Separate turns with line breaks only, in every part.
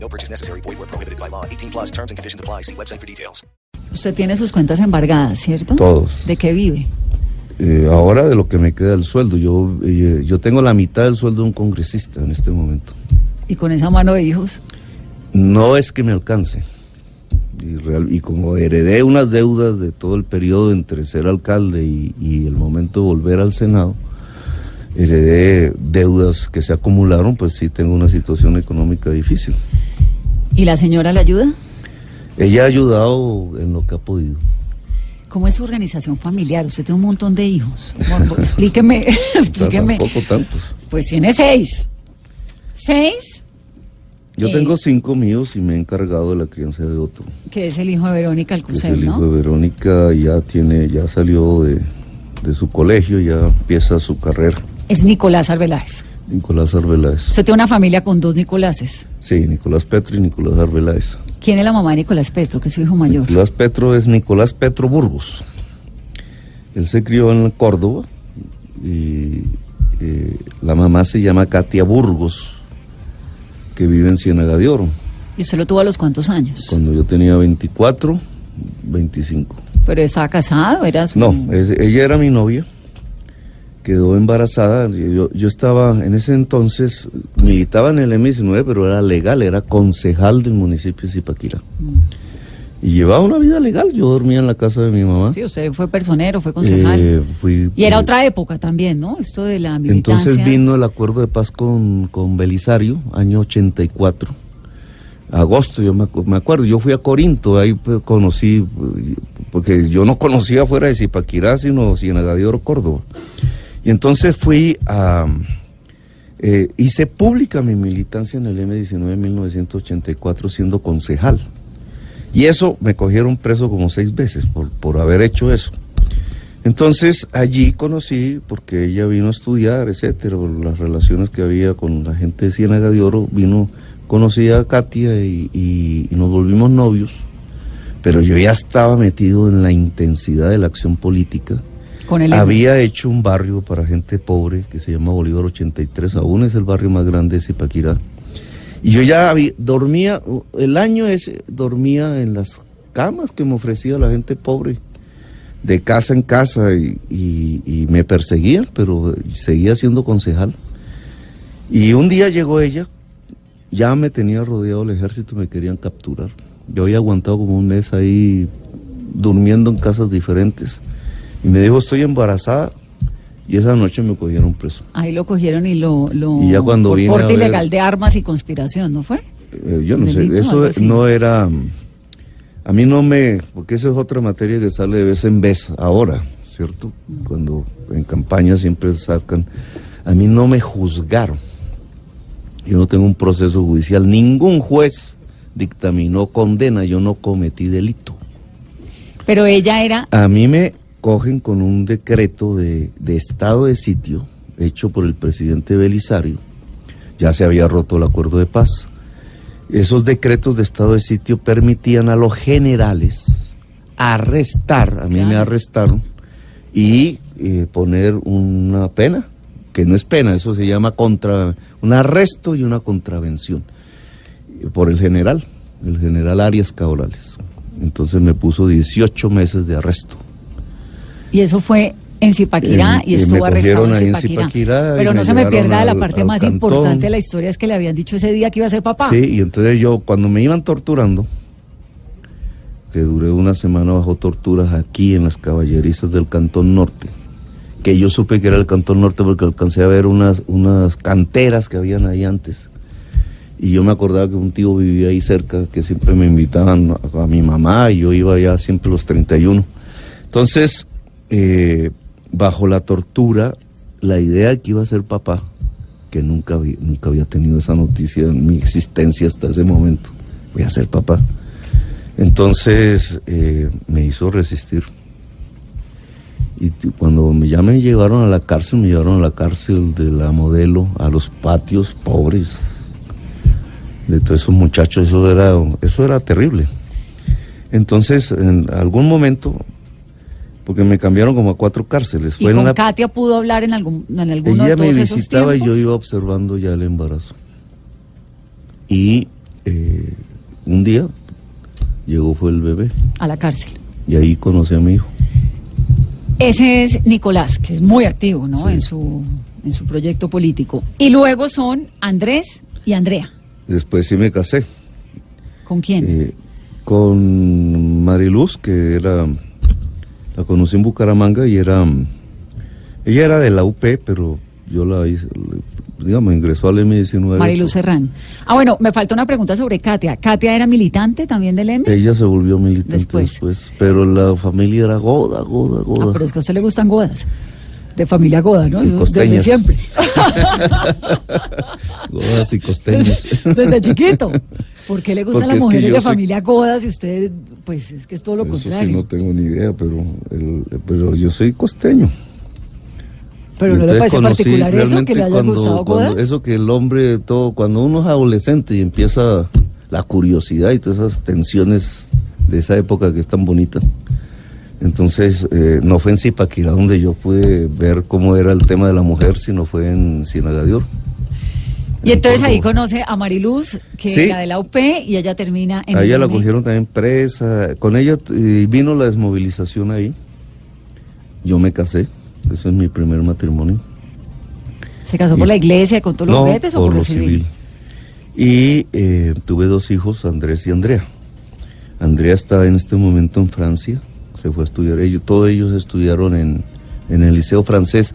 No purchase necessary. Void where prohibited by law. 18 plus terms and conditions apply. See website for details.
Usted tiene sus cuentas embargadas, ¿cierto?
Todos.
¿De qué vive?
Eh, ahora de lo que me queda del sueldo, yo, eh, yo tengo la mitad del sueldo de un congresista en este momento.
Y con esa mano de hijos.
No es que me alcance. Y, real- y como heredé unas deudas de todo el periodo entre ser alcalde y, y el momento de volver al Senado, heredé deudas que se acumularon, pues sí tengo una situación económica difícil.
¿Y la señora le ayuda?
Ella ha ayudado en lo que ha podido.
¿Cómo es su organización familiar? Usted tiene un montón de hijos. Bueno, explíqueme, explíqueme.
Tampoco tantos.
Pues tiene seis. ¿Seis?
Yo
Eh.
tengo cinco míos y me he encargado de la crianza de otro.
Que es el hijo de Verónica
que es el
Alcusel,
hijo
¿no?
de Verónica, ya tiene, ya salió de, de su colegio, ya empieza su carrera.
Es Nicolás Arbeláez.
Nicolás Arbeláez.
Usted tiene una familia con dos Nicoláses.
Sí, Nicolás Petro y Nicolás Arbeláez.
¿Quién es la mamá de Nicolás Petro, que es su hijo mayor?
Nicolás Petro es Nicolás Petro Burgos. Él se crió en Córdoba y eh, la mamá se llama Katia Burgos, que vive en Ciénaga de Oro.
¿Y usted lo tuvo a los cuántos años?
Cuando yo tenía 24, 25.
¿Pero estaba casado? ¿Era su...
No, es- ella era mi novia. Quedó embarazada. Yo, yo estaba en ese entonces, militaba en el M19, pero era legal, era concejal del municipio de Zipaquirá. Y llevaba una vida legal. Yo dormía en la casa de mi mamá.
Sí, usted fue personero, fue concejal.
¿Ah? Eh, fui-
y era
eh,
otra época también, ¿no? Esto de la militancia.
Entonces vino el acuerdo de paz con, con Belisario, año 84. Agosto, yo me, acu- me acuerdo, yo fui a Corinto, ahí pues, conocí, eh, porque yo no conocía fuera de Zipaquirá, sino Ciénaga de Oro, Córdoba. Y entonces fui a... eh, hice pública mi militancia en el M19 en 1984 siendo concejal. Y eso me cogieron preso como seis veces por, por haber hecho eso. Entonces allí conocí, porque ella vino a estudiar, etcétera, por las relaciones que había con la gente de Ciénaga de Oro, vino, conocí a Katia y, y- y nos volvimos novios, pero yo ya estaba metido en la intensidad de la acción política.
Con el
Había hecho un barrio para gente pobre que se llama Bolívar 83, aún es el barrio más grande de Zipaquirá. Y yo ya habí- dormía, uh, el año ese dormía en las camas que me ofrecía la gente pobre, de casa en casa, y, y- y me perseguían, pero seguía siendo concejal. Y un día llegó ella, ya me tenía rodeado el ejército, me querían capturar. Yo había aguantado como un mes ahí durmiendo en casas diferentes. Y me dijo, estoy embarazada. Y esa noche me cogieron preso.
Ahí lo cogieron y lo. lo
Y ya cuando
por
vine a
porte
ver-
ilegal de armas y conspiración, ¿no fue?
Eh, yo no
Delito,
sé,
algo
eso
así.
no era... mm, A mí no me... Porque esa es otra materia que sale de vez en vez ahora, ¿cierto? Cuando en campaña siempre sacan... A mí no me juzgaron. Yo no tengo un proceso judicial. Ningún juez dictaminó condena. Yo no cometí delito.
Pero ella era.
A mí me cogen con un decreto de, de estado de sitio hecho por el presidente Belisario. Ya se había roto el acuerdo de paz. Esos decretos de estado de sitio permitían a los generales arrestar, a mí me
Claro.
arrestaron, y eh, poner una pena, que no es pena, eso se llama contra, un arresto y una contravención eh, por el general, el general Arias Cabrales. Entonces me puso 18 meses de arresto.
Y eso fue en Zipaquirá
En-
y
y
estuvo
me
arrestado
cogieron ahí
en
en
Zipaquirá.
Zipaquirá y
Pero no
me
se me
llevaron
pierda la
al-
parte
al
más
cantón.
importante de la historia: es que le habían dicho ese día que iba a ser papá.
Sí, y entonces yo cuando me iban torturando, que duré una semana bajo torturas aquí en las caballerizas del Cantón Norte, que yo supe que era el Cantón Norte porque alcancé a ver unas, unas canteras que habían ahí antes. Y yo me acordaba que un tío vivía ahí cerca, que siempre me invitaban a, a mi mamá y yo iba allá siempre los 31. Entonces, eh, bajo la tortura, la idea de que iba a ser papá, que nunca, vi- nunca había tenido esa noticia en mi existencia hasta ese momento, voy a ser papá. Entonces eh, me hizo resistir. Y t- cuando me ya me llevaron a la cárcel, me llevaron a la cárcel de la modelo, a los patios pobres de todos esos muchachos, eso era, eso era terrible. Entonces, en algún momento, porque me cambiaron como a cuatro cárceles.
¿Y
fue en
con
la-
Katia pudo hablar en, algún, en alguno de
ella me
todos esos
visitaba y yo
tiempos?
iba observando ya el embarazo. Y eh, un día llegó fue el bebé
A la cárcel.
y ahí conocí a mi hijo.
Ese es Nicolás, que es muy activo, ¿no?
Sí.
En, su, en su proyecto político. Y luego son Andrés y Andrea.
Después sí me casé
¿Con quién?
eh, con Mariluz, que era la conocí en Bucaramanga y era ella era de la UP, pero yo la hice, digamos, ingresó al M19.
Marilu Serrán. Ah, bueno, me falta una pregunta sobre Katia. ¿Katia era militante también del M?
Ella se volvió militante
Después.
después. pero la familia era goda, goda, goda.
Ah, pero es que a usted le gustan godas. De familia goda, ¿no?
Y
Eso Desde
costeñas.
siempre.
Godas y costeños.
Desde, desde chiquito. ¿Por qué le gustan
Porque
las
es que
mujeres
yo
de
soy-
familia godas y usted, pues es que es todo lo
Eso sí,
contrario?
no tengo ni idea, pero, el- pero yo soy costeño.
Pero no le
Entonces
parece
conocí
particular eso que
realmente
le haya
cuando-
gustado
cuando
godas.
Eso que el hombre, todo, cuando uno es adolescente y empieza la curiosidad y todas esas tensiones de esa época que es tan bonita. Entonces, eh, no fue en Zipaquirá donde yo pude ver cómo era el tema de la mujer, sino fue en Ciénaga de Oro.
Y entonces ahí
Córdoba.
conoce a Mariluz, que
Sí.
era de la UP, y ella termina en.
A ella
el
la
M.
cogieron también presa. Con ella eh, vino la desmovilización ahí. Yo me casé. Eso es mi primer matrimonio.
¿Se casó por la iglesia, con todos los
No,
juguetes o por lo civil?
Y eh, tuve dos hijos, Andrés y Andrea. Andrea está en este momento en Francia. Se fue a estudiar. Ellos, todos ellos estudiaron en, en el liceo francés.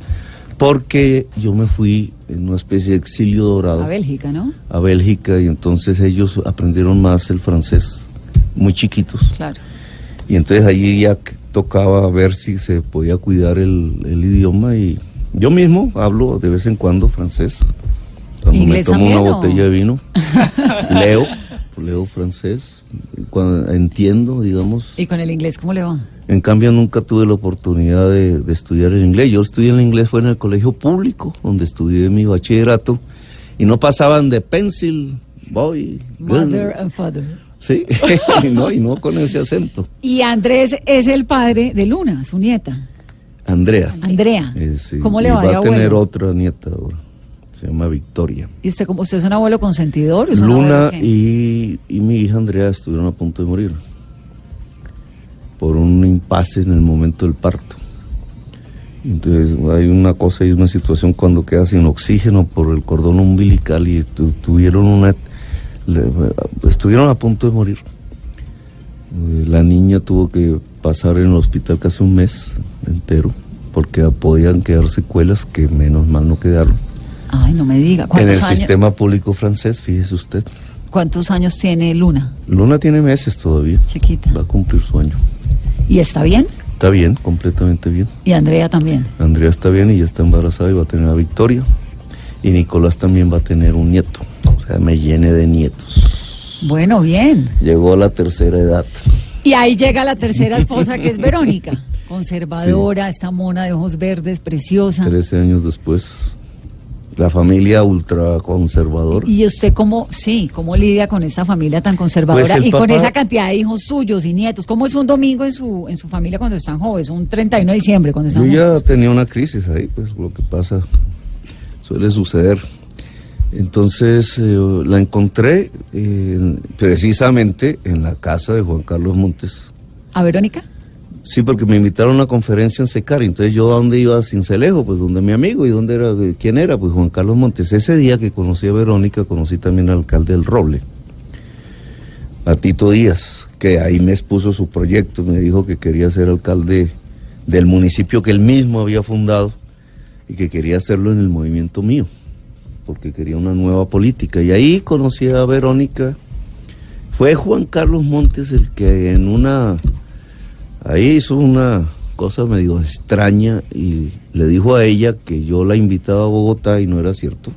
Porque yo me fui en una especie de exilio dorado
A Bélgica, ¿no?
a Bélgica y entonces ellos aprendieron más el francés muy chiquitos.
Claro.
Y entonces allí ya c- tocaba ver si se podía cuidar el, el idioma y yo mismo hablo de vez en cuando francés. Cuando me
¿Inglés
tomo una
también o?
botella de vino, leo, leo francés, cuando entiendo, digamos.
¿Y con el inglés cómo le va?
En cambio nunca tuve la oportunidad de, de estudiar el inglés. Yo estudié el inglés fue en el colegio público, donde estudié mi bachillerato, y no pasaban de pencil, boy, girl.
Mother and father.
Sí, y no, y no con ese acento.
Y Andrés es el padre de Luna, su nieta,
Andrea.
Andrea.
Eh, sí,
¿Cómo
y
le va, de
a tener
abuelo?
otra nieta ahora. Se llama Victoria.
¿Y usted, como usted es un abuelo consentidor? ¿Es un abuelo
Luna
Pues, que-
y, y mi hija Andrea estuvieron a punto de morir por un impasse en el momento del parto. Entonces hay una cosa y una situación cuando queda sin oxígeno por el cordón umbilical y tu- tuvieron una le- estuvieron a punto de morir. Eh, La niña tuvo que pasar en el hospital casi un mes entero porque podían quedar secuelas que menos mal no quedaron.
Ay, no me diga.
En
¿Cuántos,
el
años,
sistema público francés, fíjese usted.
¿Cuántos años tiene Luna,
Luna tiene meses todavía.
chiquita?
Va a cumplir su año.
¿Y está bien?
Está bien, completamente bien.
¿Y Andrea también?
Andrea está bien y ya está embarazada y va a tener a Victoria. Y Nicolás también va a tener un nieto. O sea, me llene de nietos.
Bueno, bien.
Llegó a la tercera edad.
Y ahí llega la tercera esposa, que es Verónica. Conservadora, esta mona de ojos verdes, preciosa.
Trece años después. La familia ultraconservadora.
¿Y usted cómo, sí, cómo lidia con esta familia tan conservadora
Pues el
y con
papá-
esa cantidad de hijos suyos y nietos? ¿Cómo es un domingo en su, en su familia cuando están jóvenes? Un 31 de diciembre cuando
Yo
están
ya
juntos?
tenía una crisis ahí, pues lo que pasa suele suceder. Entonces eh, la encontré eh, precisamente en la casa de Juan Carlos Montes.
¿A Verónica?
Sí, porque me invitaron a una conferencia en Secari. Entonces yo a dónde iba sin Cincelejo, pues donde mi amigo y dónde era, de- quién era, pues Juan Carlos Montes. Ese día que conocí a Verónica, conocí también al alcalde del Roble, a Tito Díaz, que ahí me expuso su proyecto, me dijo que quería ser alcalde del municipio que él mismo había fundado y que quería hacerlo en el movimiento mío, porque quería una nueva política. Y ahí conocí a Verónica. Fue Juan Carlos Montes el que en una Ahí hizo una cosa medio extraña y le dijo a ella que yo la invitaba a Bogotá y no era cierto.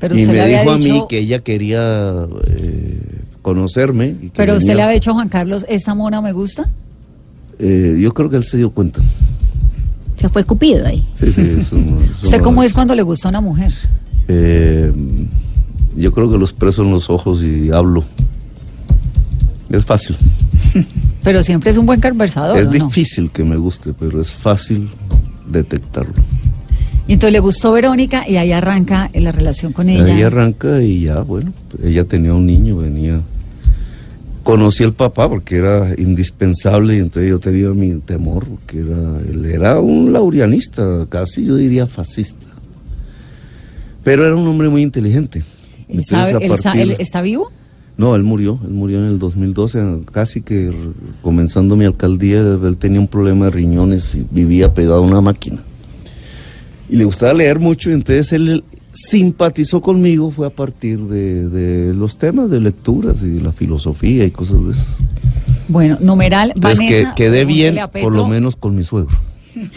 Pero
y
usted
me
le había
dijo a mí
dicho-
que ella quería eh, conocerme. y que
Pero usted
venía-
le había dicho a Juan Carlos, ¿esta mona me gusta?
Eh, yo creo que él se dio cuenta.
Se fue Cupido ahí.
Sí, sí, es un- es
¿Usted
uno
cómo
de
es
esos.
cuando le gusta a una mujer?
Eh, yo creo que los preso en los ojos y hablo. Es fácil.
Pero siempre es un buen conversador.
es
¿o no?
difícil que me guste, pero es fácil detectarlo.
Y entonces le gustó Verónica y ahí arranca eh, la relación con ella.
Ahí arranca y ya, bueno, ella tenía un niño, venía. Conocí al papá porque era indispensable y entonces yo tenía mi temor, porque era, él era un laurianista, casi yo diría fascista. Pero era un hombre muy inteligente.
Él
Entonces,
sabe-
a
él sa-
partir-
él ¿Está vivo?
No, él murió, él murió en el 2012, casi que r- comenzando mi alcaldía, él tenía un problema de riñones y vivía pegado a una máquina. Y le gustaba leer mucho, y entonces él simpatizó conmigo, fue a partir de, de los temas de lecturas y de la filosofía y cosas de esas.
Bueno, numeral
Entonces que,
Vanessa.
quedé
Montoya
bien,
Petro.
por lo menos con mi suegro.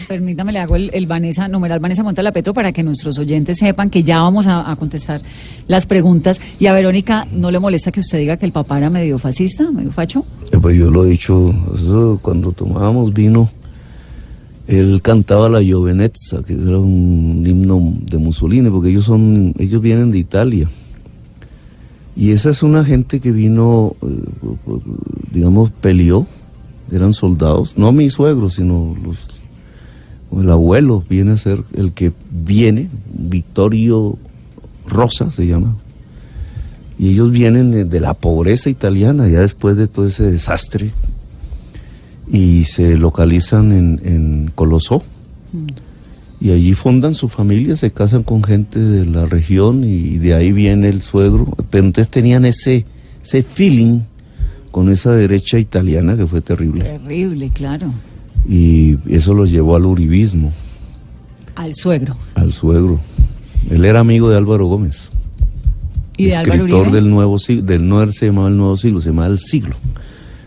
Permítame, le hago el, el Vanessa, numeral Vanessa Montala Petro para que nuestros oyentes sepan que ya vamos a, a contestar las preguntas. Y a Verónica, ¿no le molesta que usted diga que el papá era medio fascista, medio facho?
Eh, Pues yo lo he dicho, eso, cuando tomábamos vino, él cantaba la Jovenezza, que era un himno de Mussolini, porque ellos son, ellos vienen de Italia. Y esa es una gente que vino, eh, po- po- digamos, peleó, eran soldados, no mi suegro, sino los, o el abuelo viene a ser el que viene, Victorio Rosa se llama, y ellos vienen de- de la pobreza italiana, ya después de todo ese desastre, y se localizan en, en Colosó. Y allí fundan su familia, se casan con gente de la región y de ahí viene el suegro. Pero entonces tenían ese, ese feeling con esa derecha italiana que fue terrible.
Terrible, claro.
Y eso los llevó al uribismo,
Al suegro.
al suegro. Él era amigo de Álvaro Gómez.
Y de Álvaro
escritor
Uribe.
del nuevo siglo, del no se llamaba el nuevo siglo, se llamaba el siglo.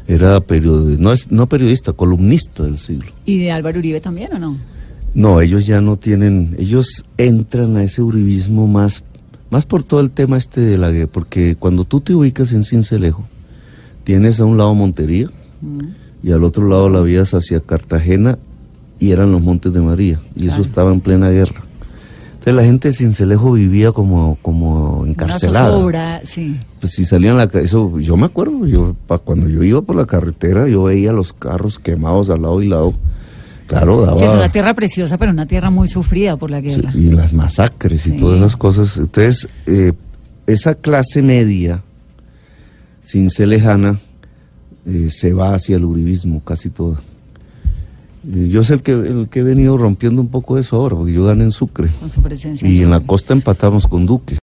Era periodi- no, es, no periodista, columnista del siglo.
¿Y de Álvaro Uribe también o no?
No, ellos ya no tienen, ellos entran a ese uribismo más, más por todo el tema este de la guerra, porque cuando tú te ubicas en Cincelejo, tienes a un lado Montería
Mm.
y al otro lado la vías hacia Cartagena y eran los Montes de María, y eso estaba en plena guerra. Entonces la gente de Cincelejo vivía como, como encarcelada.
Una zozobra, sí.
Pues si salían la ca- eso yo me acuerdo, yo pa- cuando yo iba por la carretera yo veía los carros quemados al lado y lado. Claro, daba
Sí, es una tierra preciosa, pero una tierra muy sufrida por la
sí,
guerra.
y las masacres y
Sí.
todas esas cosas. Entonces, eh, esa clase media sin ser lejana eh, se va hacia el uribismo casi toda. Eh, Yo sé el que el que he venido rompiendo un poco eso ahora, porque yo gané en Sucre
Con su presencia. en
y en la
Sucre.
costa empatamos con Duque.